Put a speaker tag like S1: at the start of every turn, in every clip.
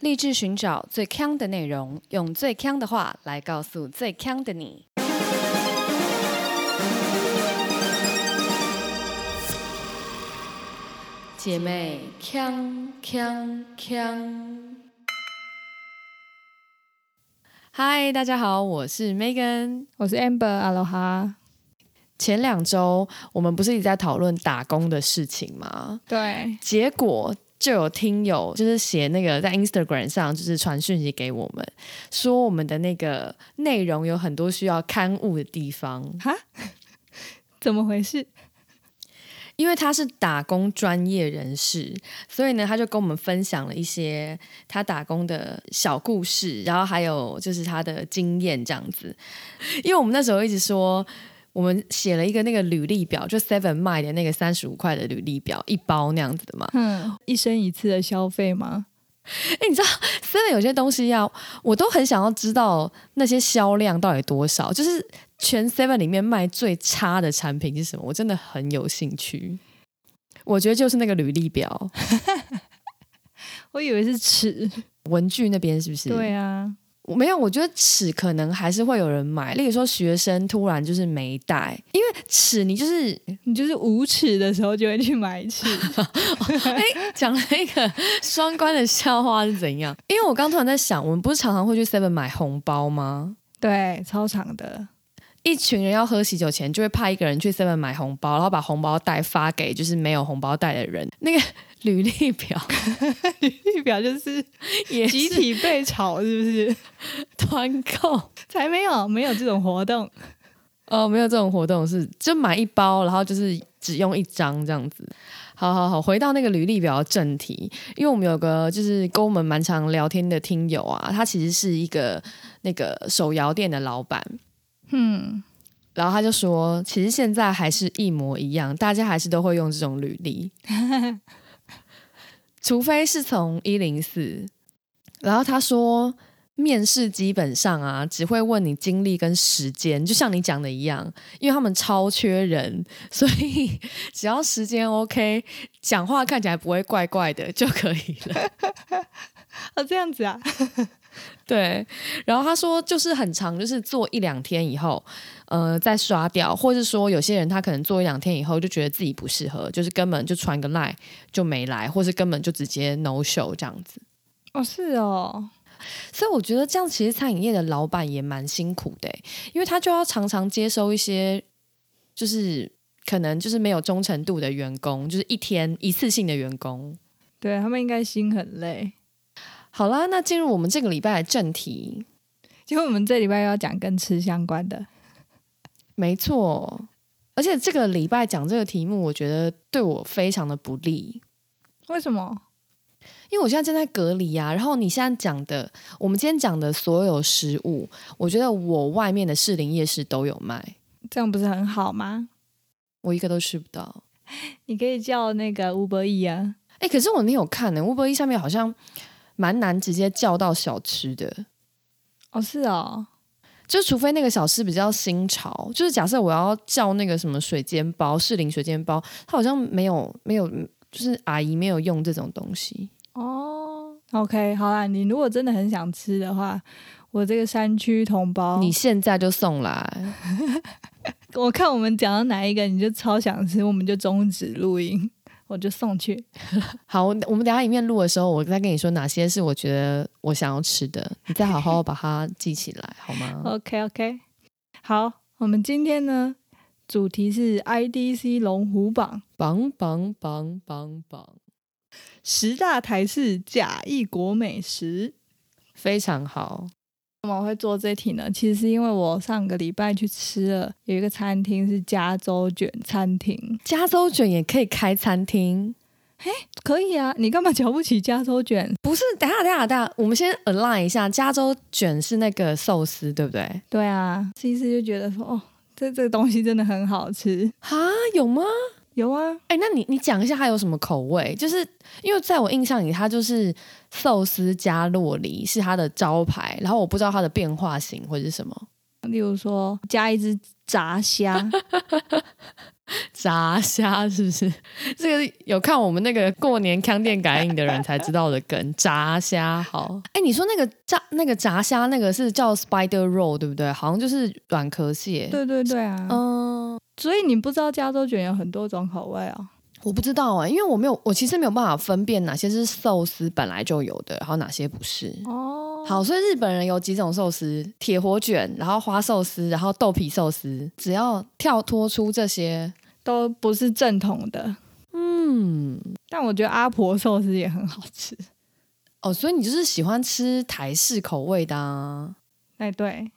S1: 立志寻找最强的内容，用最强的话来告诉最强的你。姐妹，强强强！嗨，大家好，我是 Megan。
S2: 我是 Amber 阿罗哈。
S1: 前两周我们不是一直在讨论打工的事情吗？
S2: 对，
S1: 结果就有听友就是写那个在 Instagram 上就是传讯息给我们，说我们的那个内容有很多需要刊物的地方，
S2: 哈，怎么回事？
S1: 因为他是打工专业人士，所以呢，他就跟我们分享了一些他打工的小故事，然后还有就是他的经验这样子。因为我们那时候一直说。我们写了一个那个履历表，就 Seven 卖的那个三十五块的履历表，一包那样子的嘛。
S2: 嗯，一生一次的消费吗？
S1: 哎、 你知道 Seven 有些东西呀、我都很想要知道那些销量到底多少，就是全 Seven 里面卖最差的产品是什么，我真的很有兴趣。我觉得就是那个履历表，
S2: 我以为是尺。
S1: 文具那边是不是？
S2: 对啊，
S1: 我没有，我觉得尺可能还是会有人买。例如说学生突然就是没带，因为尺你就是
S2: 你就是无耻的时候就会去买尺。
S1: 讲了一个双关的笑话是怎样？因为我刚突然在想，我们不是常常会去 Seven 买红包吗？
S2: 对，超长的。
S1: 一群人要喝喜酒前，就会派一个人去 Seven 买红包，然后把红包袋发给就是没有红包袋的人。那个履历 表
S2: 一表 就是
S1: 也
S2: 集
S1: 是
S2: 体被炒，是不是？
S1: 团购，
S2: 才没有，没有这种活动。
S1: 哦，没有这种活动是就买一包，然后就是只用一张这样子。好好好，回到那个履历表的正题，因为我们有个就是跟我们蛮常聊天的听友啊，他其实是一个那个手摇店的老板，
S2: 嗯，
S1: 然后他就说，其实现在还是一模一样，大家还是都会用这种履历，除非是从一零四。然后他说，面试基本上啊，只会问你经历跟时间，就像你讲的一样，因为他们超缺人，所以只要时间 OK，讲话看起来不会怪怪的就可以了。
S2: 哦，这样子啊。
S1: 对，然后他说就是很长，就是做一两天以后，呃，再刷掉，或是说有些人他可能做一两天以后就觉得自己不适合，就是根本就传个 line 就没来，或是根本就直接 no show 这样子。
S2: 哦，是哦。
S1: 所以我觉得这样其实餐饮业的老板也蛮辛苦的欸，因为他就要常常接收一些就是可能就是没有忠诚度的员工，就是一天一次性的员工。
S2: 对他们应该心很累。
S1: 好啦，那进入我们这个礼拜的正题，
S2: 结果我们这礼拜又要讲跟吃相关的。
S1: 没错，而且这个礼拜讲这个题目，我觉得对我非常的不利，
S2: 为什么？
S1: 因为我现在正在隔离啊。然后你现在讲的，我们今天讲的所有食物，我觉得我外面的士林夜市都有卖，
S2: 这样不是很好吗？
S1: 我一个都吃不到。
S2: 你可以叫那个吴伯义啊。
S1: 哎，可是我没有看呢、u b e r 上面好像蛮难直接叫到小吃的。
S2: 哦，是哦，
S1: 就除非那个小吃比较新潮，就是假设我要叫那个什么水煎包，士林水煎包，它好像没有没有，就是阿姨没有用这种东西。
S2: 哦，OK，好啦，你如果真的很想吃的话，我这个山区同胞，
S1: 你现在就送来，
S2: 我看我们讲到哪一个你就超想吃，我们就终止录音，我就送去。
S1: 好，我我们等一下里面录的时候，我再跟你说哪些是我觉得我想要吃的，你再好好把它记起来，好吗？
S2: OK OK，好，我们今天呢主题是 IDC 龙虎榜
S1: 棒棒棒棒棒，
S2: 十大台式假异国美食。
S1: 非常好。
S2: 为什么我会做这题呢？其实是因为我上个礼拜去吃了有一个餐厅是加州卷餐厅，
S1: 加州卷也可以开餐厅，
S2: 可以啊，你干嘛瞧不起加州卷？
S1: 不是？等一下，等一下，等一下，我们先 align 一下，加州卷是那个寿司，对不对？
S2: 对啊，吃一次就觉得说，哦，这这个东西真的很好吃。
S1: 啊，有吗？
S2: 有啊，
S1: 哎、那你你讲一下它有什么口味？就是因为在我印象里，它就是寿司加洛梨是它的招牌，然后我不知道它的变化型会是什么。
S2: 例如说加一只炸虾，
S1: 炸虾是不是？ 这个有看我们那个过年康店感应的人才知道的梗，炸虾好。哎、你说那个炸那个炸虾那个是叫 spider roll 对不对？好像就是软壳蟹。
S2: 对对对啊，
S1: 嗯、
S2: 所以你不知道加州卷有很多种口味哦。
S1: 我不知道啊、因为我没有，我其实没有办法分辨哪些是寿司本来就有的，然后哪些不是。
S2: 哦，
S1: 好，所以日本人有几种寿司：铁火卷，然后花寿司，然后豆皮寿司。只要跳脱出这些，
S2: 都不是正统的，
S1: 嗯，
S2: 但我觉得阿婆寿司也很好吃。
S1: 哦，所以你就是喜欢吃台式口味的、啊。
S2: 哎，对，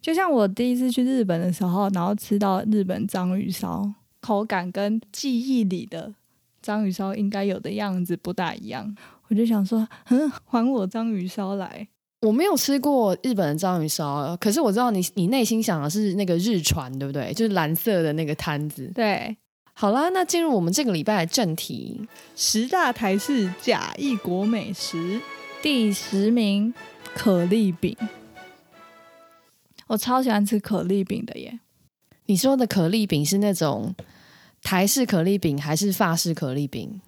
S2: 就像我第一次去日本的时候，然后吃到日本章鱼烧，口感跟记忆里的章鱼烧应该有的样子不大一样，我就想说，嗯，还我章鱼烧来。
S1: 我没有吃过日本的章鱼烧，啊可是我知道你你内心想的是那个日船，对不对？就是蓝色的那个摊子。
S2: 对，
S1: 好啦，那进入我们这个礼拜的正题，
S2: 十大台式假异国美食，第十名可丽饼。我超喜欢吃可丽饼的耶，
S1: 你说的可丽饼是那种台式可丽饼还是法式可丽饼？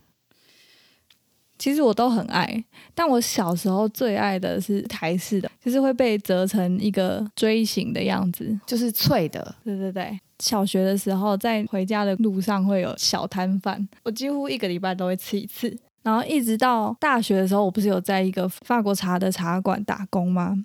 S2: 其实我都很爱，但我小时候最爱的是台式的，就是会被折成一个锥形的样子。
S1: 就是脆的，
S2: 对对对，小学的时候在回家的路上会有小摊贩，我几乎一个礼拜都会吃一次。然后一直到大学的时候，我不是有在一个法国茶的茶馆打工吗？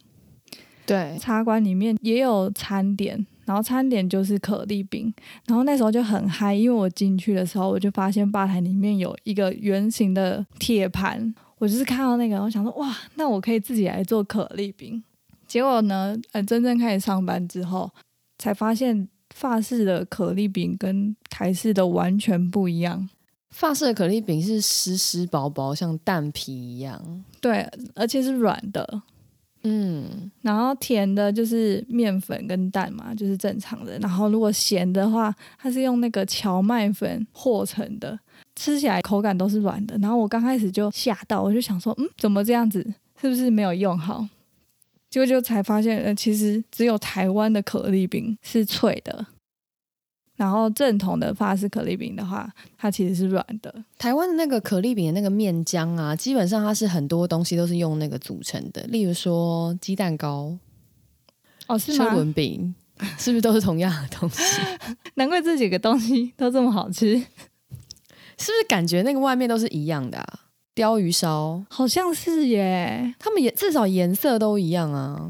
S1: 对，
S2: 茶馆里面也有餐点，然后餐点就是可丽饼。然后那时候就很嗨，因为我进去的时候，我就发现吧台里面有一个圆形的铁盘，我就是看到那个，我想说哇，那我可以自己来做可丽饼。结果呢，呃，真正开始上班之后，才发现法式的可丽饼跟台式的完全不一样。
S1: 法式的可丽饼是湿湿薄薄，像蛋皮一样。
S2: 对，而且是软的，
S1: 嗯，
S2: 然后甜的就是面粉跟蛋嘛，就是正常的。然后如果咸的话，它是用那个荞麦粉和成的，吃起来口感都是软的。然后我刚开始就吓到，我就想说，嗯，怎么这样子？是不是没有用好？结果就才发现，呃，其实只有台湾的可丽饼是脆的，然后正统的法式可丽饼的话，它其实是软的。
S1: 台湾的那个可丽饼的那个面浆啊，基本上它是很多东西都是用那个组成的，例如说鸡蛋糕、
S2: 哦，是
S1: 车
S2: 吗？
S1: 轮饼，是不是都是同样的东西？
S2: 难怪这几个东西都这么好吃，
S1: 是不是感觉那个外面都是一样的啊？鲷鱼烧，
S2: 好像是耶。
S1: 他们也至少颜色都一样啊。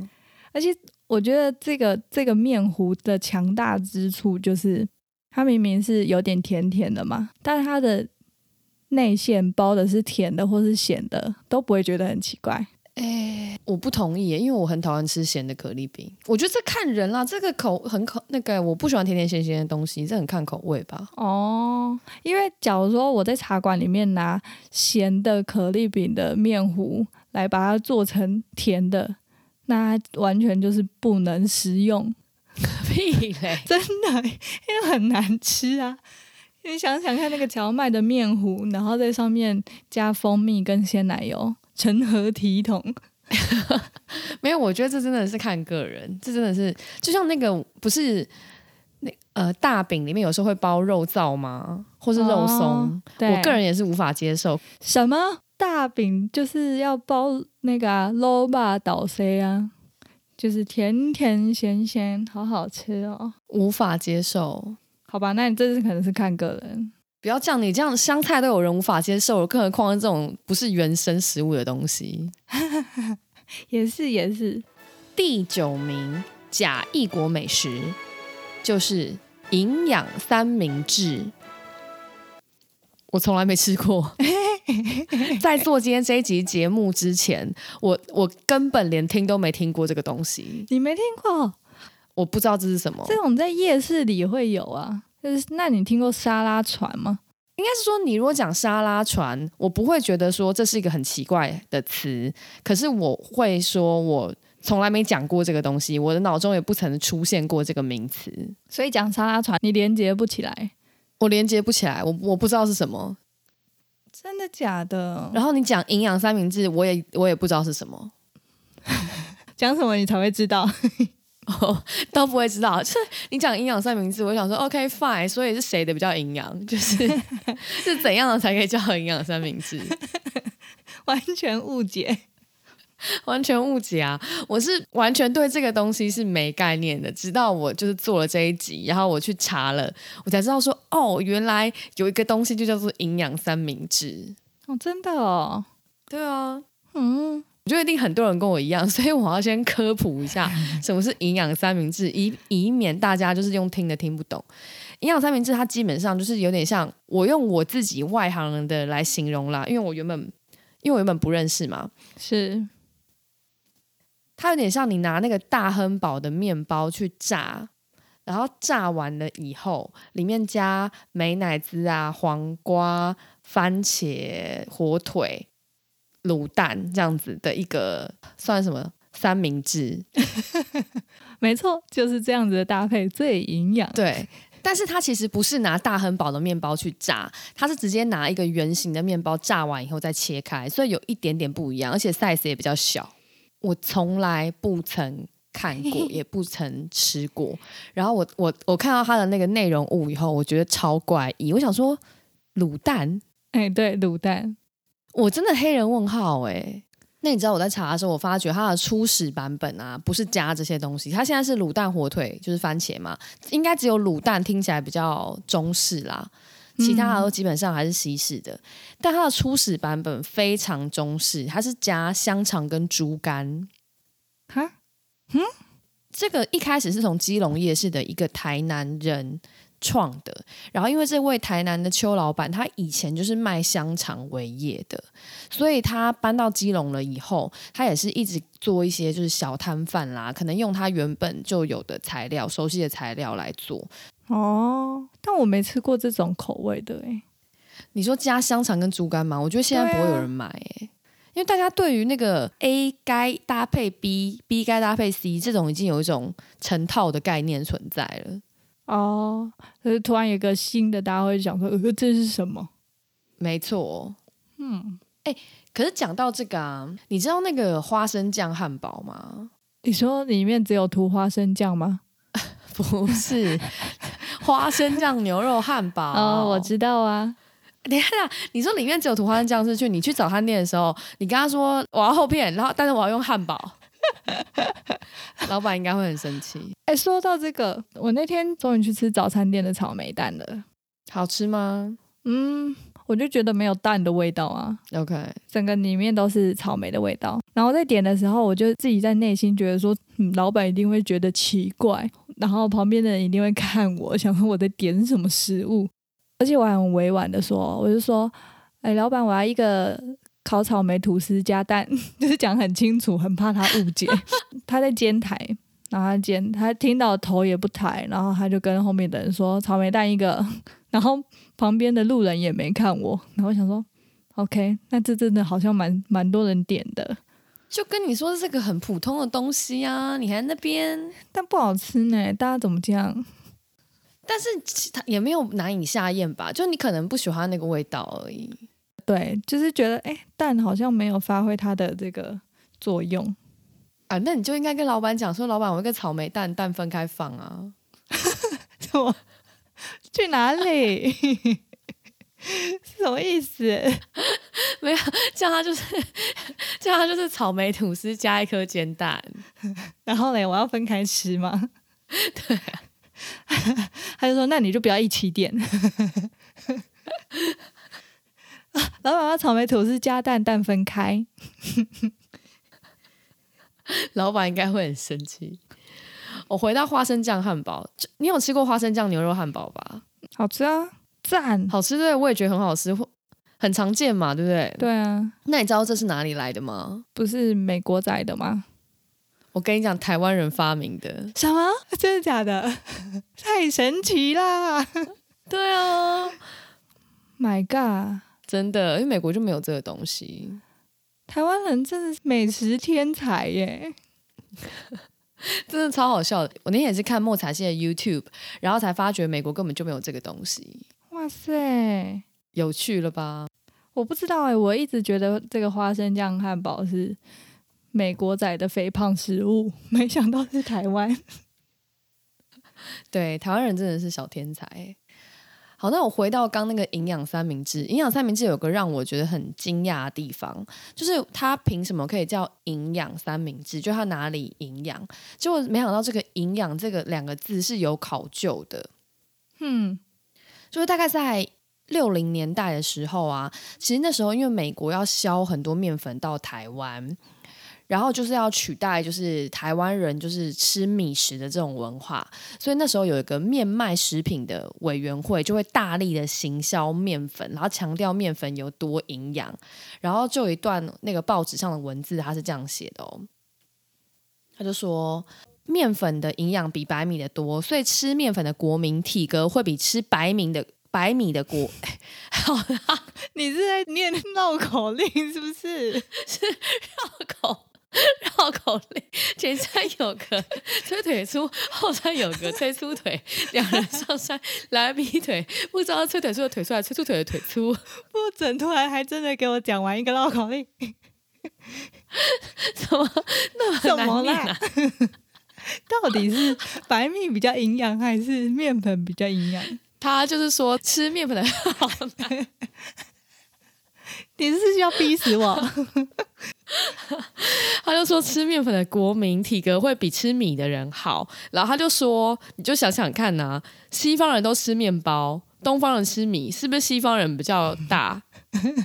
S2: 而且我觉得这个这个面糊的强大之处就是，它明明是有点甜甜的嘛，但是它的内馅包的是甜的或是咸的，都不会觉得很奇怪。
S1: 我不同意耶，因为我很讨厌吃咸的可丽饼。我觉得这看人啦，这个口很口那个，我不喜欢甜甜咸咸的东西，这很看口味吧。
S2: 哦，因为假如说我在茶馆里面拿咸的可丽饼的面糊来把它做成甜的，那它完全就是不能食用，
S1: 屁嘞！
S2: 真的，因为很难吃啊。你想想看，那个荞麦的面糊，然后在上面加蜂蜜跟鲜奶油，成何体统？
S1: 没有，我觉得这真的是看个人，这真的是就像那个不是那呃大饼里面有时候会包肉燥吗？或是肉松，
S2: 哦对
S1: 我个人也是无法接受。
S2: 什么大饼就是要包那个啊肉霸倒 C 啊，就是甜甜咸咸，好好吃哦。
S1: 无法接受，
S2: 好吧，那你这次可能是看个人。
S1: 不要这样，你这样香菜都有人无法接受了，更何况是这种不是原生食物的东西。
S2: 也是也是，
S1: 第九名假异国美食就是营养三明治，我从来没吃过。在做今天这一集节目之前，我我根本连听都没听过这个东西，
S2: 你没听过
S1: 我不知道这是什么。
S2: 这种在夜市里会有啊？就是那你听过沙拉船吗？
S1: 应该是说，你如果讲沙拉船，我不会觉得说这是一个很奇怪的词，可是我会说我从来没讲过这个东西，我的脑中也不曾出现过这个名词。
S2: 所以讲沙拉船，你连接不起来，
S1: 我连接不起来，我我不知道是什么。
S2: 真的假的然
S1: 然
S2: 后
S1: 后你讲营养三明治，我也我也不知道是什么。
S2: 讲什么你才会知道？
S1: 哦， 都不会知道。 就是你讲营养三明治，我想说 OK fine，所以是谁的比较营养？就是 是怎样的才可以叫营养三明治？
S2: 完全误解。
S1: 完全误解啊！我是完全对这个东西是没概念的，直到我就是做了这一集，然后我去查了，我才知道说哦，原来有一个东西就叫做营养三明治。
S2: 哦，真的哦，
S1: 对啊，
S2: 嗯，
S1: 我觉得一定很多人跟我一样， 所以我要先科普一下什么是营养三明治，以以免大家就是用听的听不懂。营养三明治它基本上就是有点像我用我自己外行人的来形容啦，因为我原本因为我原本不认识嘛，
S2: 是
S1: 它有点像你拿那个大亨堡的面包去炸，然后炸完了以后，里面加美乃滋啊、黄瓜、番茄、火腿、卤蛋这样子的一个算什么三明治？
S2: 没错，就是这样子的搭配最营养。
S1: 对。但是它其实不是拿大亨堡的面包去炸，它是直接拿一个圆形的面包炸完以后再切开，所以有一点点不一样，而且 size 也比较小。我从来不曾看过，也不曾吃过。然后我我我看到它的那个内容物以后，我觉得超怪异。我想说，卤蛋，
S2: 哎，对，卤蛋，
S1: 我真的黑人问号哎、那你知道我在查的时候，我发觉它的初始版本啊，不是加这些东西，它现在是卤蛋、火腿，就是番茄嘛，应该只有卤蛋听起来比较中式啦，其他的都基本上还是西式的。但它的初始版本非常中式，它是加香肠跟猪肝。
S2: 哈，
S1: 这个一开始是从基隆夜市的一个台南人创的，然后因为这位台南的邱老板，他以前就是卖香肠为业的，所以他搬到基隆了以后，他也是一直做一些就是小摊贩啦，可能用他原本就有的材料、熟悉的材料来做。
S2: 哦，但我没吃过这种口味的，哎，
S1: 你说加香肠跟猪肝吗？我觉得现在不会有人买、欸因为大家对于那个 A 该搭配 B，B 该搭配 C 这种已经有一种成套的概念存在了。
S2: 哦，就是突然有一个新的，大家会想说，呃，这是什么？
S1: 没错，欸
S2: 嗯，
S1: 可是讲到这个啊，你知道那个花生酱汉堡吗？
S2: 你说里面只有涂花生酱吗？
S1: 不是， 花生酱牛肉汉堡。
S2: 哦，我。知道啊，
S1: 等一下，你说里面只有涂花生酱是去你去早餐店的时候，你跟他说我要厚片，然后但是我要用汉堡， 老板应该会很生气。
S2: 哎，说到这个，我那天终于去吃早餐店的草莓蛋了，
S1: 好吃吗
S2: 嗯，我就觉得没有蛋的味道啊，
S1: ？OK，
S2: 整个里面都是草莓的味道。然后在点的时候，我就自己在内心觉得说，嗯，老板一定会觉得奇怪，然后旁边的人一定会看我，想说我在点什么食物。而且我还很委婉的说，我就说，哎、老板，我要一个烤草莓吐司加蛋， 就是讲很清楚，很怕他误解。他在煎台，然后他煎，他听到头也不抬，然后他就跟后面的人说草莓蛋一个，然后旁边的路人也没看我，然后我想说 OK，那这真的好像蛮蛮多人点的，
S1: 就跟你说这个很普通的东西啊，你还那边，
S2: 但不好吃呢。大家怎么这样？
S1: 但是其他也没有难以下咽吧？就你可能不喜欢那个味道而已。
S2: 对，就是觉得哎，蛋好像没有发挥它的这个作用。
S1: 啊，那你就应该跟老板讲说，老板，我一个草莓蛋蛋分开放啊。
S2: 怎么去哪里？ 什么意思？
S1: 这样它就是 这样它就是草莓吐司加一颗煎蛋。
S2: 然后呢，我要分开吃吗？对、他就说：“那你就不要一起点。 啊”老板要草莓吐司加蛋，蛋分开。
S1: 老板应该会很生气。我回到花生酱汉堡，就你有吃过花生酱牛肉汉堡吧？
S2: 好吃啊，赞！
S1: 好吃对不对，我也觉得很好吃，或很常见嘛，对不对？
S2: 对啊，
S1: 那你知道这是哪里来的吗？
S2: 不是美国仔的吗？
S1: 我跟你讲，台湾人发明的。
S2: 什么？真的假的？ 太神奇啦
S1: 对啊，
S2: ！My God，
S1: 真的，因为美国就没有这个东西。
S2: 台湾人真的是美食天才耶！
S1: 真的超好笑的。我那天也是看莫彩希的 YouTube，然后才发觉美国根本就没有这个东西，
S2: 哇塞，
S1: 有趣了吧？
S2: 我不知道哎、我一直觉得这个花生酱汉堡是美国仔的肥胖食物，没想到是台湾。
S1: 对，台湾人真的是小天才欸。好，那我回到刚那个营养三明治，营养三明治有个让我觉得很惊讶的地方，就是它凭什么可以叫营养三明治？就它哪里营养？结果没想到这个“营养”这个两个字是有考究的，
S2: 嗯，
S1: 就是大概在六零年代的时候啊，其实那时候因为美国要销很多面粉到台湾，然后就是要取代就是台湾人就是吃米食的这种文化，所以那时候有一个面卖食品的委员会就会大力的行销面粉，然后强调面粉有多营养，然后就有一段那个报纸上的文字，它是这样写的哦，他就说。面粉的营养比白米的多，所以吃面粉的国民体格会比吃白米的白米的国
S2: 你是在念绕口令是不是？
S1: 绕口绕口令，前山有个 推腿粗，后山有个推粗腿，两人上山来比腿，不知道推腿粗的腿帅，推粗腿的腿粗，
S2: 不准突然还真的给我讲完一个绕口 令，
S1: 怎么那么
S2: 怎
S1: 难
S2: 么
S1: 念
S2: 啦
S1: 啊？？
S2: 到底是白米比较营养，还是面粉比较营养？
S1: 他就是说吃面粉的好难，
S2: 你是要逼死我？
S1: 他就说吃面粉的国民体格会比吃米的人好，然后他就说你就想想看呐、西方人都吃面包，东方人吃米，是不是西方人比较大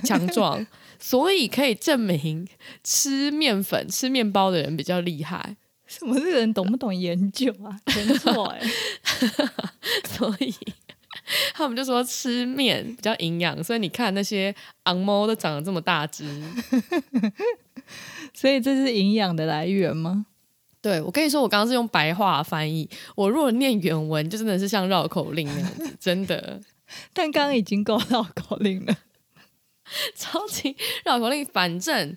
S1: 强壮？所以可以证明吃面粉、吃面包的人比较厉害。
S2: 什么这个人懂不懂研究啊？全错哎、
S1: 所以 他们就说吃面比较营养，所以你看那些昂猫都长得这么大只。
S2: 所以这是营养的来源吗？
S1: 对我跟你说，我刚刚是用白话翻译，我如果念原文，就真的是像绕口令那样子，真的
S2: 但刚刚已经够绕口令了。
S1: 超级 绕口令。反正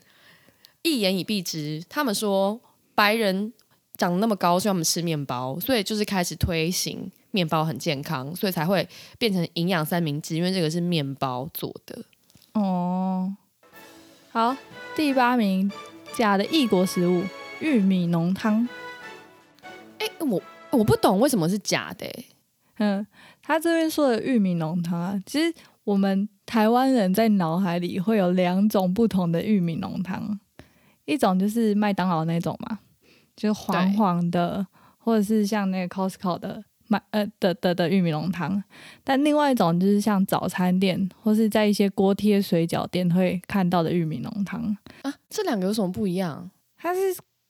S1: 一言以蔽之，他们说白人长得那么高，所以他们吃面包，所以就是开始推行面包很健康，所以才会变成营养三明治，因为这个是面包做的。
S2: 哦，好，第八名，假的异国食物玉米浓汤。
S1: 哎，我我不懂为什么是假的、欸诶
S2: 嗯，他这边说的玉米浓汤啊，其实我们台湾人在脑海里会有两种不同的玉米浓汤，一种就是麦当劳那种嘛，就是黄
S1: 对
S2: 黄的，或者是像那个 Costco 的麦呃的的的玉米浓汤，但另外一种就是像早餐店或是在一些锅贴水饺店会看到的玉米浓汤，
S1: 啊，这两个有什么不一样？
S2: 它是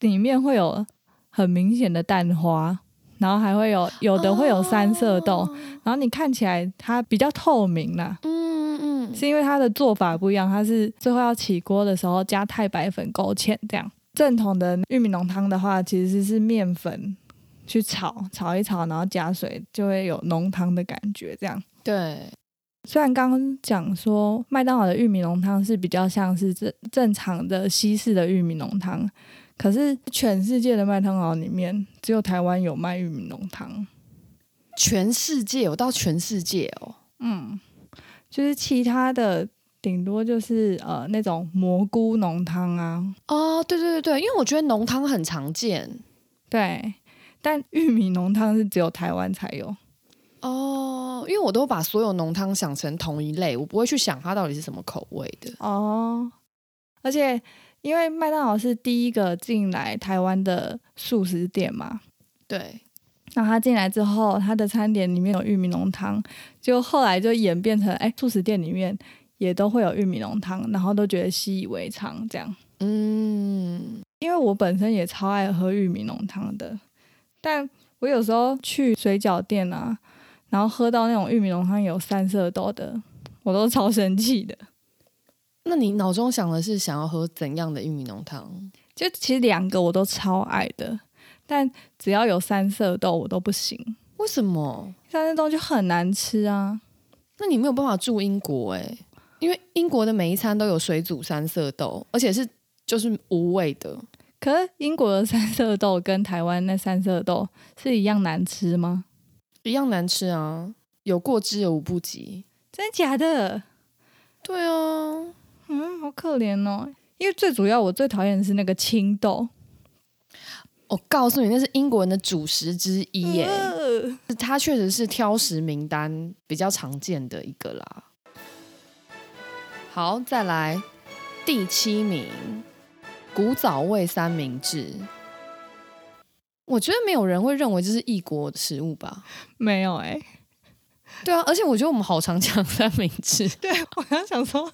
S2: 里面会有很明显的蛋花，然后还会有有的会有三色豆。
S1: 哦
S2: 然后你看起来它比较透明啦，
S1: 嗯嗯，
S2: 是因为它的做法不一样，它是最后要起锅的时候加太白粉勾芡这样。正统的玉米浓汤的话，其实是面粉去炒，炒一炒，然后加水就会有浓汤的感觉这样。
S1: 对，
S2: 虽然刚刚讲说麦当劳的玉米浓汤是比较像是正正常的西式的玉米浓汤，可是全世界的麦当劳里面，只有台湾有卖玉米浓汤。
S1: 全世界有到全世界哦，
S2: 嗯，就是其他的顶多就是呃那种蘑菇浓汤啊，
S1: 哦，对对对对，因为我觉得浓汤很常见
S2: 对，但玉米浓汤是只有台湾才有。
S1: 哦，因为我都把所有浓汤想成同一类，我不会去想它到底是什么口味的。
S2: 哦，而且因为麦当劳是第一个进来台湾的素食店嘛，
S1: 对，
S2: 那他进来之后，他的餐点里面有玉米浓汤，就后来就演变成哎素食店里面。也都会有玉米浓汤，然后都觉得习以为常这样。
S1: 嗯，
S2: 因为我本身也超爱喝玉米浓汤的，但我有时候去水饺店啊，然后喝到那种玉米浓汤有三色豆的，我都超生气的。
S1: 那你脑中想的是想要喝怎样的玉米浓汤？
S2: 就其实两个我都超爱的，但只要有三色豆我都不行，
S1: 为什么？
S2: 三色豆就很难吃啊。
S1: 那你没有办法住英国哎、因为英国的每一餐都有水煮三色豆，而且是就是无味的。
S2: 可是英国的三色豆跟台湾那三色豆是一样难吃吗？
S1: 一样难吃啊，有过之而无不及。
S2: 真的假的？
S1: 对啊，
S2: 嗯，好可怜哦。因为最主要我最讨厌的是那个青豆，
S1: 我告诉你，那是英国人的主食之一耶，
S2: 呃
S1: 它确实是挑食名单比较常见的一个啦。好，再来第七名，古早味三明治。我觉得没有人会认为这是异国食物吧？
S2: 没有哎、
S1: 对啊，而且我觉得我们好常讲三明 治。
S2: 对我刚想说，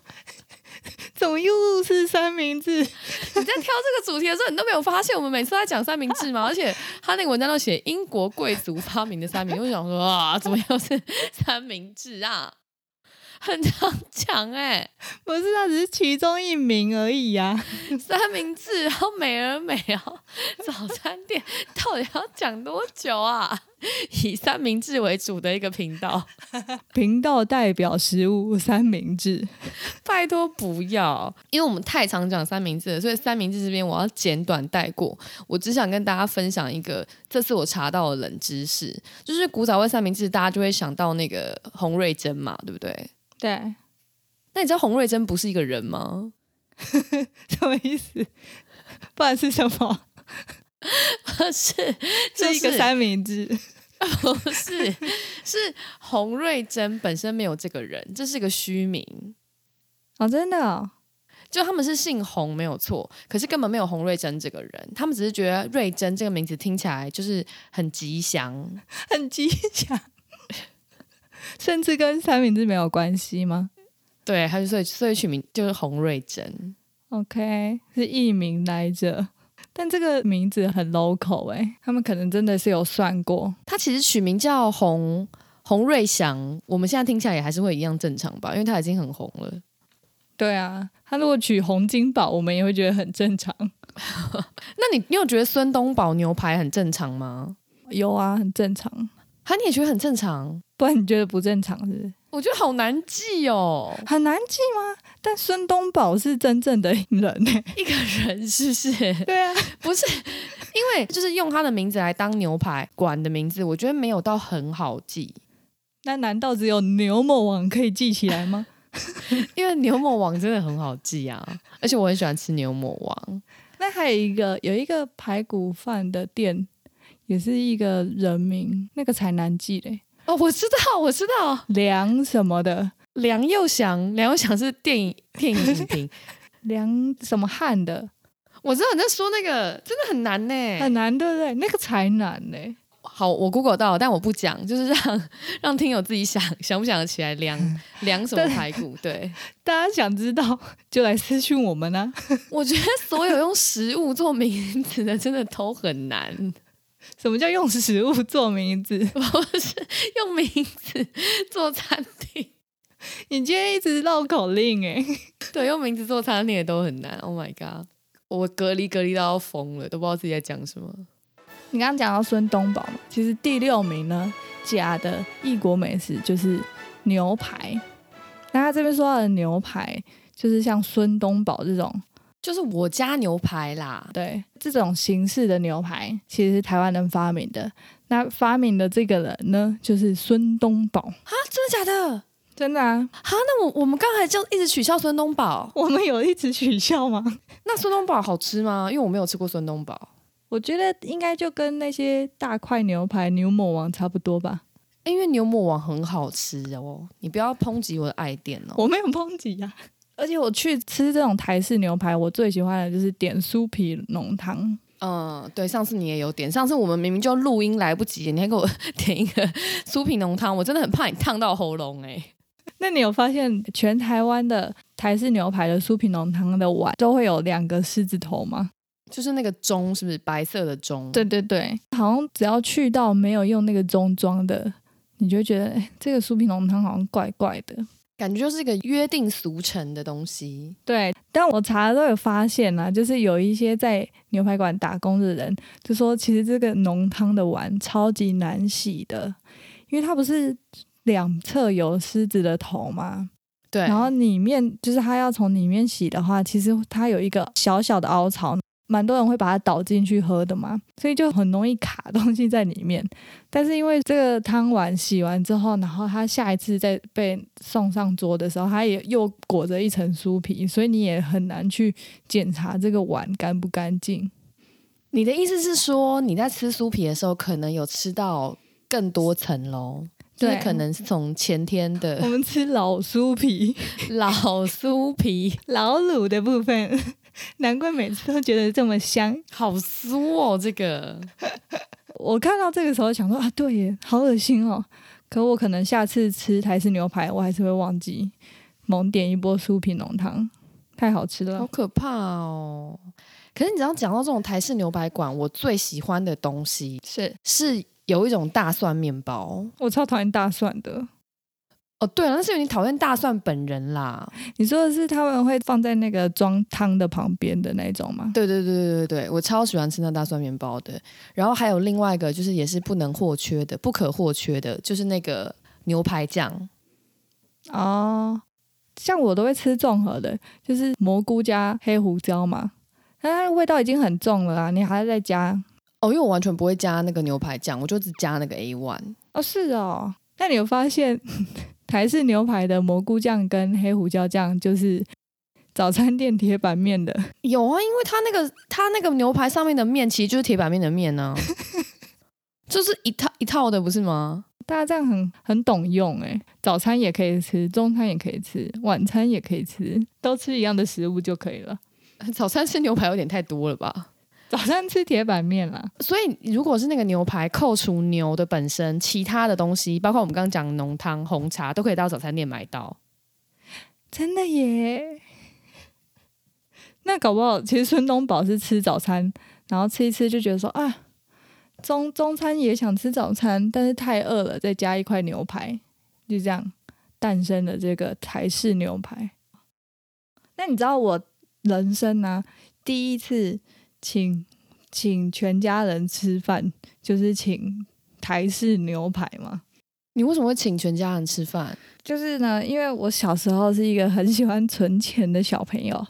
S2: 怎么又是三明治？
S1: 你在挑这个主题的时候，你都没有发现我们每次都在讲三明 治吗？而且他那个文章都写英国贵族发明的三明，我就想说啊，怎么又是三明治啊？很常讲哎、
S2: 不是，它只是其中一名而已啊。
S1: 三明治，然后美而美，然后早餐店，到底要讲多久啊？ 以三明治为主的一个频道，
S2: 频道代表食物三明治，
S1: 拜托不要，因为我们太常讲三明治了，所以三明治这边我要简短带过。我只想跟大家分享一个这次我查到的冷知识，就是古早味三明治，大家就会想到那个洪瑞珍嘛，对不对？
S2: 对，
S1: 那你知道洪瑞珍不是一个人吗？
S2: 什么意思？不然是什么？
S1: 不 是，
S2: 是一个
S1: 就是
S2: 三明治。
S1: 不 是，是洪瑞珍本身没有这个人，这是个虚名。
S2: 哦，真的哦、
S1: 就他们是姓洪没有错，可是根本没有洪瑞珍这个人，他们只是觉得瑞珍这个名字听起来就是很吉祥。
S2: 很吉祥，甚至跟三明治没有关系吗
S1: 对，他就所以所以取名就是洪瑞珍。
S2: ？OK，是艺名来着，但这个名字很 local 哎、他们可能真的是有算过，
S1: 他其实取名叫洪洪瑞祥，我们现在听起来也还是会一样正常吧，因为他已经很红了。
S2: 对啊，他如果取洪金宝，我们也会觉得很正常。
S1: 那你你有觉得孙东宝牛排很正常吗？
S2: 有啊，很正常，
S1: 哈，你也觉得很正常？
S2: 不然你觉得不正常是不是？
S1: 我觉得好难记哦，
S2: 很难记吗？但孙东宝是真正的人哎、
S1: 一个人是不是？
S2: 对啊，
S1: 不是，因为就是用他的名字来当牛排馆的名字，我觉得没有到很好记，
S2: 那难道只有牛魔王可以记起来吗？
S1: 因为牛魔王真的很好记啊，而且我很喜欢吃牛魔王。
S2: 那还有一个有一个排骨饭的店，也是一个人名，那个才难记嘞，
S1: 哦，我知道，我知道，
S2: 梁什么的，
S1: 梁又祥，梁又祥是电影电影影评，
S2: 梁什么汉的，
S1: 我知道你在说那个，真的很难呢、
S2: 很难，对不对？那个才难嘞。
S1: 好，我 Google 到了，但我不讲，就是让让听友自己想想不想得起来梁 梁什么
S2: 对
S1: 排骨。 对，
S2: 大家想知道 就来私讯我们啊，
S1: 我觉得所有用食物做名字的，真的都很难。
S2: 什么叫用食物做名字？
S1: 不是用名字做餐厅，
S2: 你今天一直绕口令欸诶、
S1: 对，用名字做餐厅也都很难。Oh my god！我隔离隔离到要疯了，都不知道自己在讲什么。
S2: 你刚刚讲到孙东宝嘛，其实第六名呢，假的异国美食就是牛排。那他这边说到的牛排，就是像孙东宝这种
S1: 就是我家牛排啦，
S2: 对，这种形式的牛排其实是台湾人发明的。那发明的这个人呢，就是孙东宝。
S1: 啊，真的假的？
S2: 真的啊，
S1: 啊，那我我们刚才就一直取笑孙东宝，
S2: 我们有一直取笑吗？
S1: 那孙东宝好吃吗？因为我没有吃过孙东宝。
S2: 我觉得应该就跟那些大块牛排、牛魔王差不多吧。
S1: 哎因为牛魔王很好吃哦，你不要抨击我的爱店哦。
S2: 我没有抨击呀、而且我去吃这种台式牛排，我最喜欢的就是点酥皮浓汤。
S1: 嗯，对，上次你也有点，上次我们明明就录音来不及，你还给我 点一个酥皮浓汤，我真的很怕你烫到喉咙哎、
S2: 那你有发现全台湾的台式牛排的酥皮浓汤的碗都会有两个狮子头吗？
S1: 就是那个钟，是不是白色的钟？，
S2: 对对对，好像只要去到没有用那个中装的，你就会觉得，哎，这个酥皮浓汤好像怪怪的。
S1: 感觉就是一个约定俗成的东西。
S2: 对，但我查都有发现啊，就是有一些在牛排馆打工的人，就说其实这个浓汤的碗超级难洗的，因为它不是两侧有狮子的头吗？
S1: 对，
S2: 然后里面就是它要从里面洗的话，其实它有一个小小的凹槽，蛮多人会把它倒进去喝的嘛，所以就很容易卡东西在里面。但是因为这个汤碗洗完之后，然后它下一次再被送上桌的时候，它也又裹着一层酥皮，所以你也很难去检查这个碗干不干净。
S1: 你的意思是说，你在吃酥皮的时候，可能有吃到更多层喽？就是
S2: 对
S1: 可能是从前天的
S2: 我们吃老酥皮，
S1: 老酥皮，
S2: 老卤的部分， 难怪每次都觉得这么香。
S1: 好酥哦，这个
S2: 我看到这个时候想说啊，对耶，好恶心哦。可我可能下次吃台式牛排，我还是会忘记猛点一波酥皮浓汤，太好吃
S1: 好
S2: 了。
S1: 可怕哦。可是你只要讲到这种台式牛排馆，我最喜欢的东西
S2: 是
S1: 是有一种大蒜面包。
S2: 我超讨厌大蒜的。
S1: 哦，对了，那是因为你讨厌大蒜本人啦。
S2: 你说的是他们会放在那个装汤的旁边的那种吗？
S1: 对对对对对对，我超喜欢吃那大蒜面包的。然后还有另外一个，就是也是不能或缺的、不可或缺的，就是那个牛排酱。
S2: 哦，像我都会吃综合的，就是蘑菇加黑胡椒嘛。但它的味道已经很重了啊，你还要再加
S1: 哦，因为我完全不会加那个牛排酱，我就只加那个 A one。
S2: 哦，是哦。那你有发现台式牛排的蘑菇酱跟黑胡椒酱就是早餐店铁板面的？
S1: 有啊，因为它那个它那个牛排上面的面其实就是铁板面的面呢、就是一套一套的，不是吗？
S2: 大家这样很很懂用诶，早餐也可以吃，中餐也可以吃，晚餐也可以吃，都吃一样的食物就可以了。
S1: 早餐吃牛排有点太多了吧？
S2: 早餐吃铁板面啦，
S1: 所以如果是那个牛排，扣除牛的本身，其他的东西，包括我们刚刚讲浓汤、红茶，都可以到早餐店买到。
S2: 真的耶。那搞不好其实孙东宝是吃早餐，然后吃一吃就觉得说啊，中中餐也想吃早餐，但是太饿了，再加一块牛排，就这样诞生了这个台式牛排。那你知道我人生呢、第一次请请全家人吃饭，就是请台式牛排吗？
S1: 你为什么会请全家人吃饭？
S2: 就是呢，因为我小时候是一个很喜欢存钱的小朋友，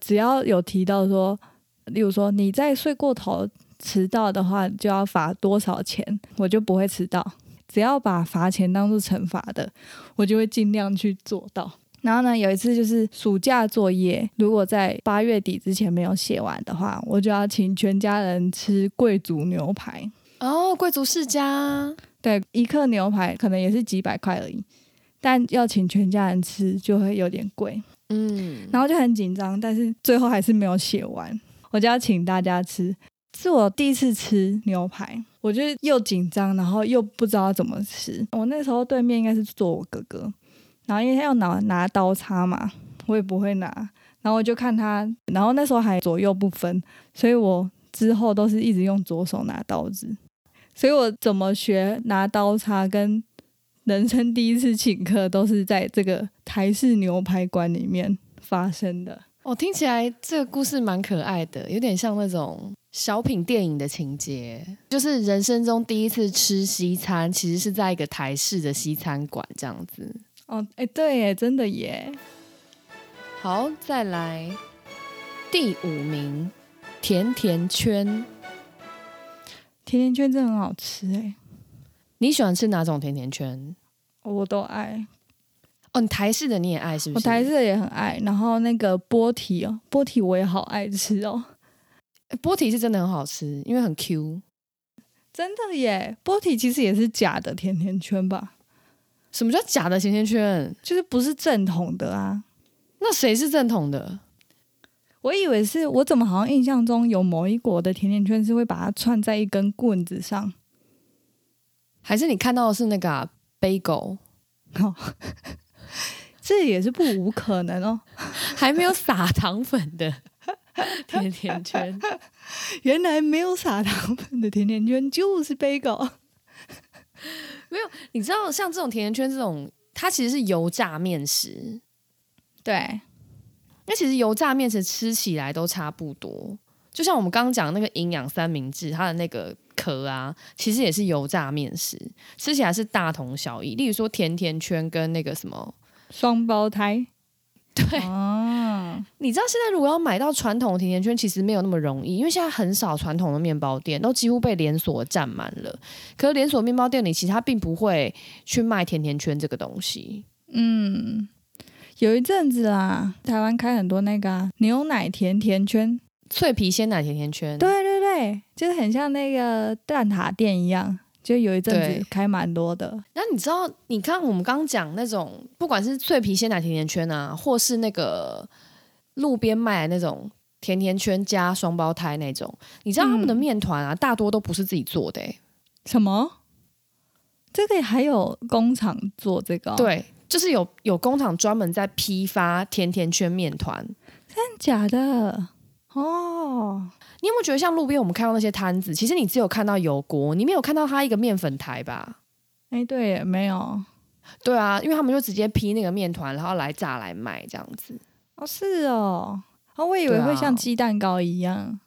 S2: 只要有提到说，例如说你在睡过头迟到的话，就要罚多少钱，我就不会迟到。只要把罚钱当做惩罚的，我就会尽量去做到。然后呢，有一次就是暑假作业，如果在八月底之前没有写完的话，我就要请全家人吃贵族牛排。
S1: 哦，贵族世家，嗯
S2: 对，一克牛排可能也是几百块而已，但要请全家人吃就会有点贵，
S1: 嗯，
S2: 然后就很紧张，但是最后还是没有写完，我就要请大家吃。是我第一次吃牛排，我就又紧张，然后又不知道怎么吃。我那时候对面应该是坐我哥哥，然后因为他要拿拿刀叉嘛，我也不会拿，然后我就看他，然后那时候还左右不分，所以我之后都是一直用左手拿刀子，所以我怎么学拿刀叉跟人生第一次请客都是在这个台式牛排馆里面发生的。
S1: 哦，听起来这个故事蛮可爱的，有点像那种小品电影的情节，就是人生中第一次吃西餐，其实是在一个台式的西餐馆这样子。
S2: 哦，哎，对耶，真的耶，
S1: 好，再来第五名，甜甜圈。
S2: 甜甜圈真的很好吃哎，
S1: 你喜欢吃哪种甜甜圈？
S2: 我都爱，
S1: 哦，你台式的你也爱是不
S2: 我
S1: 是？
S2: 台式的也很爱。然后那个波提哦，波提我也好爱吃哦，
S1: 诶波提是真的很好吃，因为很 Q。
S2: 真的耶，波提其实也是假的甜甜圈吧，
S1: 什么叫假的甜甜圈？
S2: 就是不是正统的啊。
S1: 那谁是正统的？
S2: 我以为是我怎么好像印象中有某一国的甜甜圈是会把它串在一根棍子上，
S1: 还是你看到的是那个、啊、bagel
S2: 哦，这也是不无可能 哦。
S1: 还没有撒糖粉 的甜甜圈？
S2: 原来没有撒糖粉的甜甜圈就是杯狗，
S1: 你知道，像这种甜甜圈这种，它其实是油炸面食。
S2: 对，
S1: 那其实油炸面食吃起来都差不多，就像我们刚刚讲那个营养三明治，它的那个壳啊，其实也是油炸面食，吃起来是大同小异。例如说甜甜圈跟那个什么
S2: 双胞胎
S1: 对，
S2: 哦，
S1: 你知道现在如果要买到传统的甜甜圈，其实没有那么容易，因为现在很少传统的面包店都几乎被连锁占满了。可是连锁面包店里，其实它并不会去卖甜甜圈这个东西。
S2: 嗯，有一阵子啦，台湾开很多那个啊、牛奶甜甜圈，
S1: 脆皮鲜奶甜甜圈，
S2: 对对对，就是很像那个蛋挞店一样，就有一阵
S1: 对
S2: 子开蛮多的。
S1: 那你知道，你看我们刚刚讲那种，不管是脆皮鲜奶甜甜圈啊，或是那个路边卖的那种甜甜圈加双胞胎那种，你知道他们的
S2: 嗯
S1: 面团啊，大多都不是自己做的、欸，
S2: 什么？这个还有工厂做这个、，哦
S1: 对，就是有有工厂专门在批发甜甜圈面团。
S2: 真假的？哦，
S1: 你有没有觉得像路边我们看到那些摊子，其实你只有看到油锅，你没有看到它一个面粉台吧？
S2: 哎，对耶，没有。
S1: 对啊，因为他们就直接批那个面团，然后来炸来卖这样子。
S2: 哦，是哦，哦，我以为
S1: 对啊
S2: 会像鸡蛋糕一样。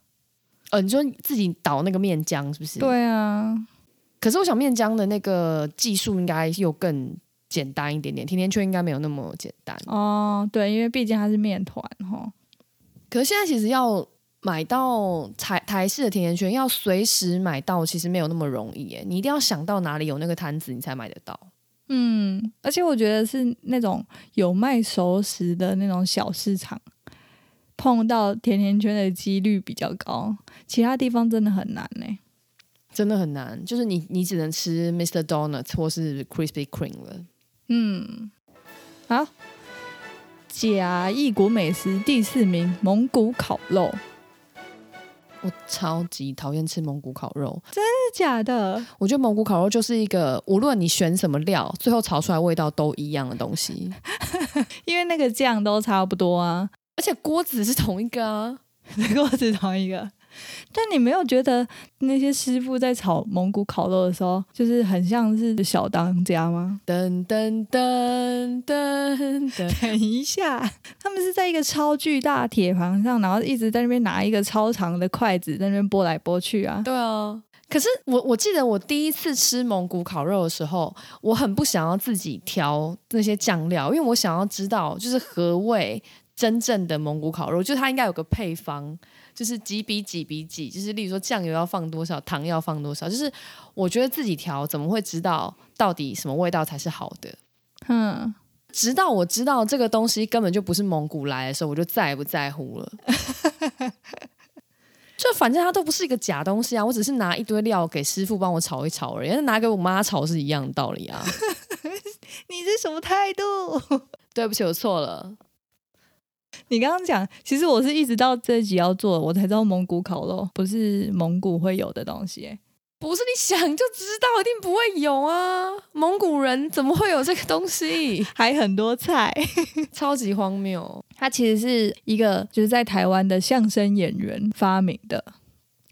S1: 呃，你说自己倒那个面浆是不是？
S2: 对啊，
S1: 可是我想面浆的那个技术应该又更简单一点点，甜甜圈应该没有那么简单。
S2: 哦，对，因为毕竟它是面团哈。
S1: 可是现在其实要买到台台式的甜甜圈，要随时买到，其实没有那么容易耶。你一定要想到哪里有那个摊子，你才买得到。
S2: 嗯，而且我觉得是那种有卖熟食的那种小市场，碰到甜甜圈的几率比较高，其他地方真的很难呢、
S1: 真的很难，就是你你只能吃 Mr. Donuts 或是 Krispy Kreme 了。
S2: 嗯，好，假异国美食第四名蒙古烤肉，
S1: 我超级讨厌吃蒙古烤肉，
S2: 是假的？
S1: 我觉得蒙古烤肉就是一个无论你选什么料，最后炒出来味道都一样的东西，
S2: 因为那个酱都差不多啊，
S1: 而且锅子是同一个啊。
S2: 跟我只同一个。但你没有觉得那些师傅在炒蒙古烤肉的时候，就是很像是小当家吗？
S1: 噔噔噔噔噔，
S2: 等一下， 他们是在一个超巨大的铁盘上，然后一直在那边拿一个超长的筷子在那边拨来拨去啊。
S1: 对啊。可是我我记得我第一次吃蒙古烤肉的时候，我很不想要自己调那些酱料，因为我想要知道就是何谓真正的蒙古烤肉，就是它应该有个配方，就是几比几比几，就是例如说酱油要放多少，糖要放多少，就是我觉得自己调怎么会知道到底什么味道才是好的？
S2: 嗯，
S1: 直到我知道这个东西根本就不是蒙古来的时候，我就再也不在乎了。就反正它都不是一个假东西啊，我只是拿一堆料给师傅帮我炒一炒而已，那拿给我妈炒是一样的道理啊。
S2: 你这什么态度？
S1: 对不起，我错了。
S2: 你刚刚讲，其实我是一直到这一集要做，我才知道蒙古烤肉不是蒙古会有的东西、欸。？
S1: 不是你想就知道，一定不会有啊！蒙古人怎么会有这个东西
S2: 还很多菜。
S1: 超级荒谬！
S2: 他其实是一个就是在台湾的相声演员发明的。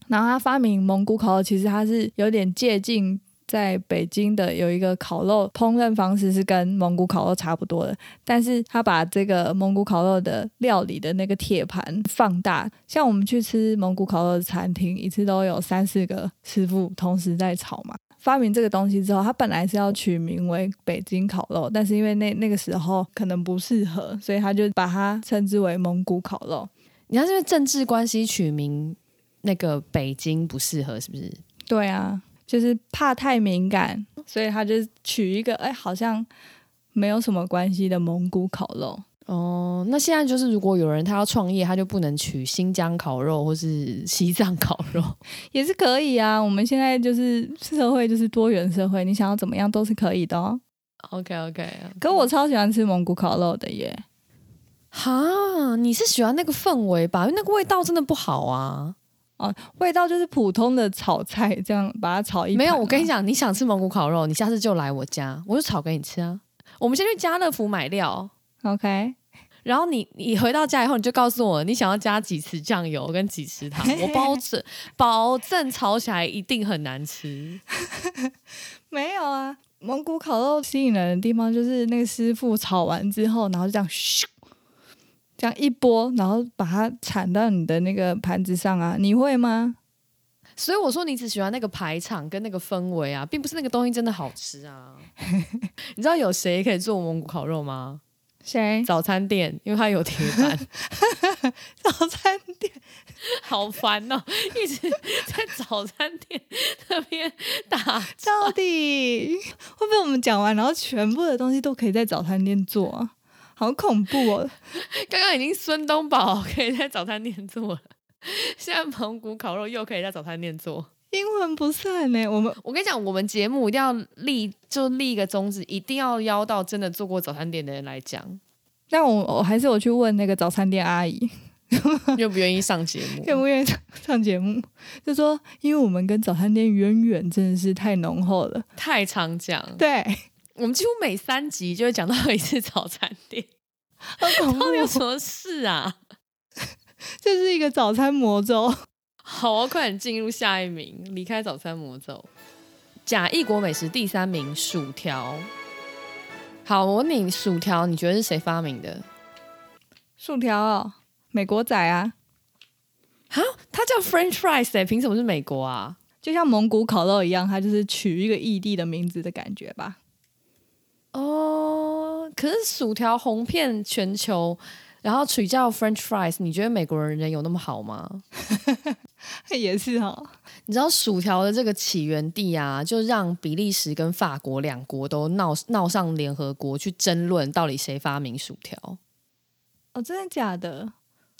S2: 然后他发明蒙古烤肉，其实他是有点借近在北京的有一个烤肉烹饪方式是跟蒙古烤肉差不多的，但是他把这个蒙古烤肉的料理的那个铁盘放大，像我们去吃蒙古烤肉的餐厅，一次都有三四个师傅同时在炒嘛。发明这个东西之后，他本来是要取名为北京烤肉，但是因为那那个时候可能不适合，所以他就把它称之为蒙古烤肉。
S1: 你看，是因为政治关系取名那个北京不适合，是不是？
S2: 对啊，就是怕太敏感，所以他就取一个哎，好像没有什么关系的蒙古烤肉。
S1: 哦，那现在就是如果有人他要创业，他就不能取新疆烤肉或是西藏烤肉，
S2: 也是可以啊。我们现在就是社会，就是多元社会，你想要怎么样都是可以的哦。
S1: OK OK，
S2: 可我超喜欢吃蒙古烤肉的耶，
S1: 哈，你是喜欢那个氛围吧？因为那个味道真的不好啊。
S2: 味道就是普通的炒菜，这样把它炒一盘啊
S1: 没有，
S2: 嘛
S1: 我跟你，讲，你想吃蒙古烤肉，你下次就来我家，我就炒给你吃啊。我们先去家乐福买料，
S2: ，OK，
S1: 然后你你回到家以后，你就告诉我你想要加几匙酱油跟几匙糖，我 保证保证炒起来一定很难吃。
S2: 没有啊。蒙古烤肉吸引人的地方就是那个师傅炒完之后，然后就这样咻，这样一拨，然后把它铲到你的那个盘子上啊。你会吗？
S1: 所以我说你只喜欢那个排场跟那个氛围啊， 并不是那个东西真的好吃啊。你知道有谁可以做蒙古烤肉吗？
S2: 谁？
S1: 早餐店，因为它有铁板，
S2: 早餐店
S1: 好烦哦，一直在早餐店那边打。
S2: 到底会不会我们讲完，然后全部的东西都可以在早餐店做啊？好恐怖哦！
S1: 刚刚已经孙东宝可以在早餐店做了，现在蒙古烤肉又可以在早餐店做。
S2: 英文不算呢、我们
S1: 我跟你讲，我们节目一定要立，就立一个宗旨，一定要邀到真的做过早餐店的人来讲，
S2: 但我我还是我去问那个早餐店阿姨，
S1: 愿不愿意上节目？
S2: 愿不愿意 上上节目？就说因为我们跟早餐店渊源真的是太浓厚了。
S1: 太常讲，
S2: 对，
S1: 我们几乎每三集就会讲到一次早餐店，
S2: 好恐怖
S1: 到底有
S2: 哦，
S1: 什么事啊？
S2: 这是一个早餐魔咒。
S1: 好啊，快点进入下一名，离开早餐魔咒。假异国美食第三名薯条。好，我问你，薯条你觉得是谁发明的？
S2: 薯条哦，美国仔啊，
S1: 啊，它叫 French fries 哎、凭什么是美国啊？
S2: 就像蒙古烤肉一样，它就是取一个异地的名字的感觉吧。
S1: 哦，可是薯条红遍全球，然后取叫 French fries，你觉得美国人人有那么好吗？
S2: 也是哦，
S1: 你知道薯条的这个起源地啊，就让比利时跟法国两国都闹闹上联合国去争论到底谁发明薯条。
S2: 哦，真的假的？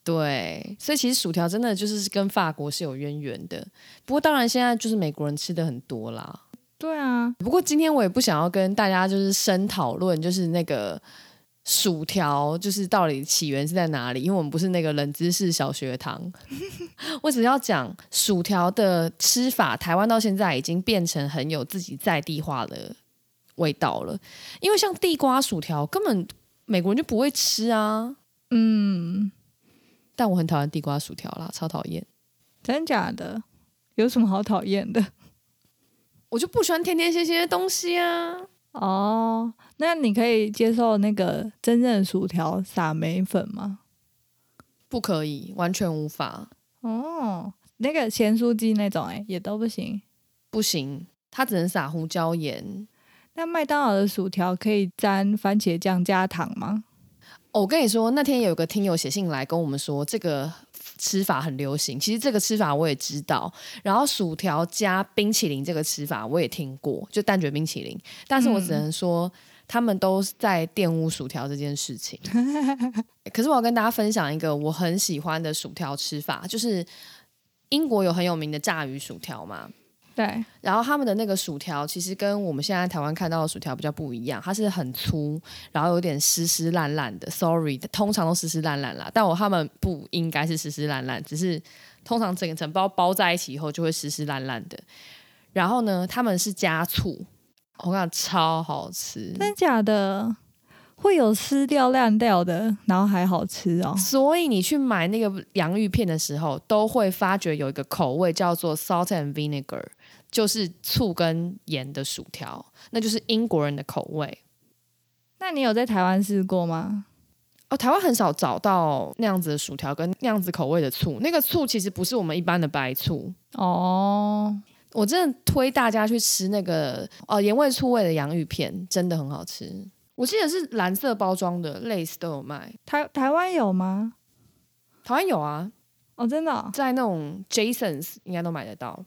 S1: 对，所以其实薯条真的就是跟法国是有渊源的。不过当然现在就是美国人吃的很多啦。
S2: 对啊，
S1: 不过今天我也不想要跟大家就是深讨论，就是那个薯条就是到底起源是在哪里，因为我们不是那个冷知识小学堂。 我只要讲薯条的吃法，台湾到现在已经变成很有自己在地化的味道了。因为像地瓜薯条，根本美国人就不会吃啊。
S2: 嗯，
S1: 但我很讨厌地瓜薯条啦，超讨厌。
S2: 真的假的？有什么好讨厌的？
S1: 我就不喜欢甜甜咸咸的东西啊。
S2: 哦，那你可以接受那个真正的薯条撒梅粉吗？
S1: 不可以，完全无法，
S2: 哦，那个咸酥鸡那种、哎，也都不行。
S1: 不行，它只能撒胡椒盐。
S2: 那麦当劳的薯条可以沾番茄酱加糖
S1: 哦
S2: 吗？
S1: 我跟你说，那天有个听友写信来跟我们说，这个吃法很流行。其实这个吃法我也知道，然后薯条加冰淇淋这个吃法我也听过，就蛋卷冰淇淋。但是我只能说，他们都是在玷污薯条这件事情。 可是我要跟大家分享一个我很喜欢的薯条吃法，就是英国有很有名的炸鱼薯条嘛。
S2: 对，
S1: 然后他们的那个薯条其实跟我们现在台湾看到的薯条比较不一样，它是很粗，然后有点湿湿烂烂的。Sorry，通常都湿湿烂烂啦，但我他们不应该是湿湿烂烂，只是通常整个整包包在一起以后就会湿湿烂烂的。然后呢，他们是加醋，我跟你讲超好吃，
S2: 真假的？会有撕掉烂掉的，然后还好吃哦。
S1: 所以你去买那个洋芋片的时候，都会发觉有一个口味叫做 salt and vinegar，就是醋跟盐的薯条，那就是英国人的口味。
S2: 那你有在台湾试过吗？
S1: 哦，台湾很少找到那样子的薯条跟那样子口味的醋，那个醋其实不是我们一般的白醋。
S2: 哦，
S1: 我真的推大家去吃那个哦盐味醋味的洋芋片，真的很好吃。我记得是蓝色包装的，类似都有卖。
S2: 台台湾有吗？
S1: 台湾有啊，
S2: 哦，真的哦、
S1: 在那种 Jasons 应该都买得到，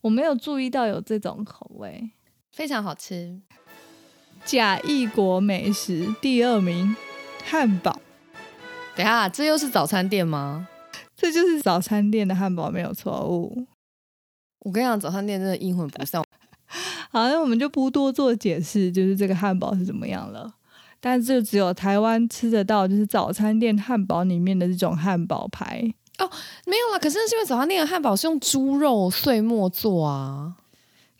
S2: 我没有注意到有这种口味。
S1: 非常好吃。
S2: 假异国美食第二名，汉堡，
S1: 等一下，这又是早餐店吗？
S2: 这就是早餐店的汉堡，没有错哦误。
S1: 我跟你讲，早餐店真的阴魂不散。
S2: 好，那我们就不多做解释，就是这个汉堡是怎么样了。但就只有台湾吃得到，就是早餐店汉堡里面的这种汉堡排。
S1: 没有啦，可是那是因为早餐店的汉堡是用猪肉碎末做啊。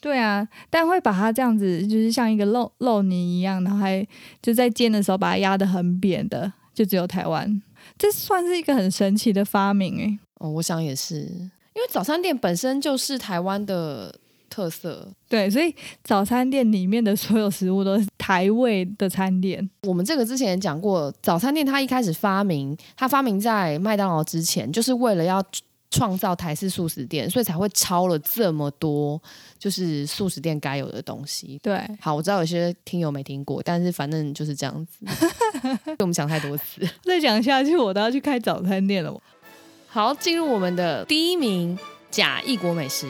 S2: 对啊，但会把它这样子，就是像一个肉肉泥一样，然后还就在煎的时候把它压得很扁的，就只有台湾。这算是一个很神奇的发明欸诶、
S1: 哦，我想也是，因为早餐店本身就是台湾的特色。
S2: 对，所以早餐店里面的所有食物都是台味的餐点。
S1: 我们这个之前也讲过，早餐店它一开始发明，它发明在麦当劳之前，就是为了要创造台式素食店，所以才会抄了这么多就是素食店该有的东西。
S2: 对，
S1: 好，我知道有些听友没听过，但是反正就是这样子。我们想太多次。
S2: 再讲下去，我都要去开早餐店了。
S1: 好，进入我们的第一名假异国美食，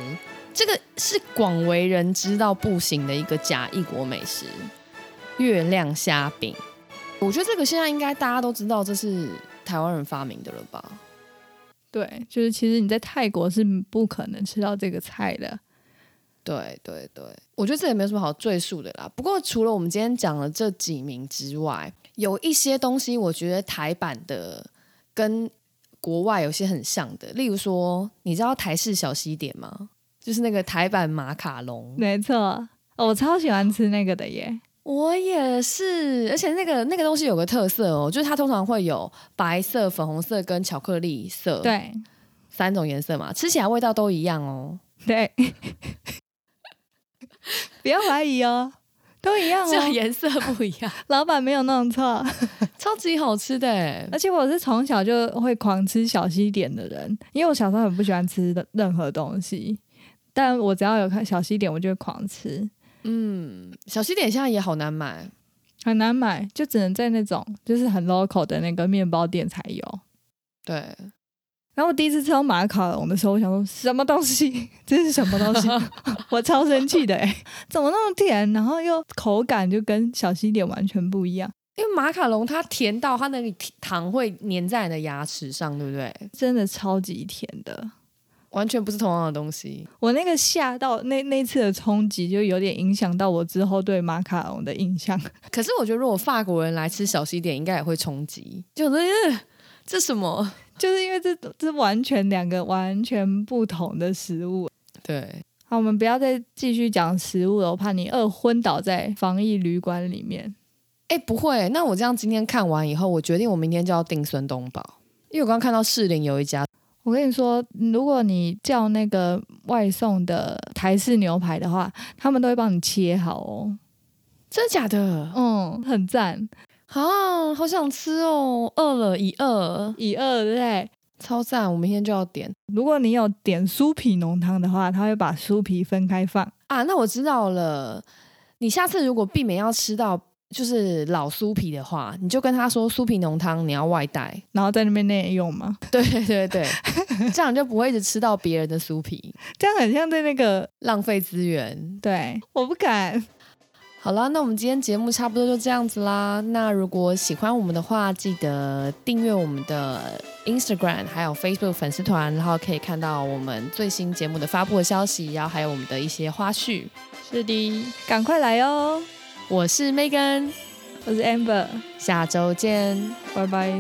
S1: 这个是广为人知到不行的一个假异国美食——月亮虾饼。我觉得这个现在应该大家都知道，这是台湾人发明的了吧？
S2: 对，就是其实你在泰国是不可能吃到这个菜的。
S1: 对对对，我觉得这也没有什么好赘述的啦。不过除了我们今天讲了这几名之外，有一些东西我觉得台版的跟国外有些很像的，例如说，你知道台式小西点吗？就是那个台版马卡龙。
S2: 没错、哦我超喜欢吃那个的耶。
S1: 我也是，而且那个那个东西有个特色哦，就是它通常会有白色、粉红色跟巧克力色，，
S2: 对
S1: 三种颜色嘛，吃起来味道都一样哦。
S2: 对， 不要怀疑哦，都一样
S1: 只有
S2: 哦。
S1: 颜色不一样，
S2: 老板没有弄错。
S1: 超级好吃的欸耶。
S2: 而且我是从小就会狂吃小西点的人，因为我小时候很不喜欢吃的任何东西，但我只要有看小西点，我就会狂吃，
S1: 嗯，小西点现在也好难买，
S2: 很难买，就只能在那种就是很 local 的那个面包店才有。
S1: 对，
S2: 然后我第一次吃到马卡龙的时候，我想说什么东西， 这是什么东西？我超生气的哎、怎么那么甜？然后又口感就跟小西点完全不一样，
S1: 因为马卡龙它甜到它那个糖会粘在你的牙齿上，对不对？
S2: 真的超级甜的。
S1: 完全不是同样的东西。
S2: 我那个吓到那那次的冲击，就有点影响到我之后对马卡龙的印象。
S1: 可是我觉得，如果法国人来吃小西点，应该也会冲击，就是、呃这什么？
S2: 就是因为这这完全两个完全不同的食物。
S1: 对，
S2: 好，我们不要再继续讲食物了，我怕你饿昏倒在防疫旅馆里面。
S1: 哎，不会。那我这样今天看完以后，我决定我明天就要订孙东宝，因为我刚刚看到士林有一家，
S2: 我跟你说，如果你叫那个外送的台式牛排的话，他们都会帮你切好哦。
S1: 真的假的？
S2: 嗯，很赞，
S1: 啊，好想吃哦，饿了，一饿，
S2: 一二对不对？
S1: 超赞！我明天就要点
S2: 如果你有点酥皮浓汤的话，他会把酥皮分开放。
S1: 啊。那我知道了，你下次如果避免要吃到就是老酥皮的话，你就跟他说酥皮浓汤你要外带。
S2: 然后在那边内用嘛，
S1: 对对对，这样你就不会一直吃到别人的酥皮，
S2: 这样很像在那个
S1: 浪费资源。
S2: 对，我不敢。
S1: 好啦，那我们今天节目差不多就这样子啦。那如果喜欢我们的话，记得订阅我们的 Instagram 还有 Facebook 粉丝团，然后可以看到我们最新节目的发布的消息，然后还有我们的一些花絮。
S2: 是的，赶快来哦！
S1: 我是 Megan，
S2: 我是 Amber，
S1: 下周见。
S2: 拜拜。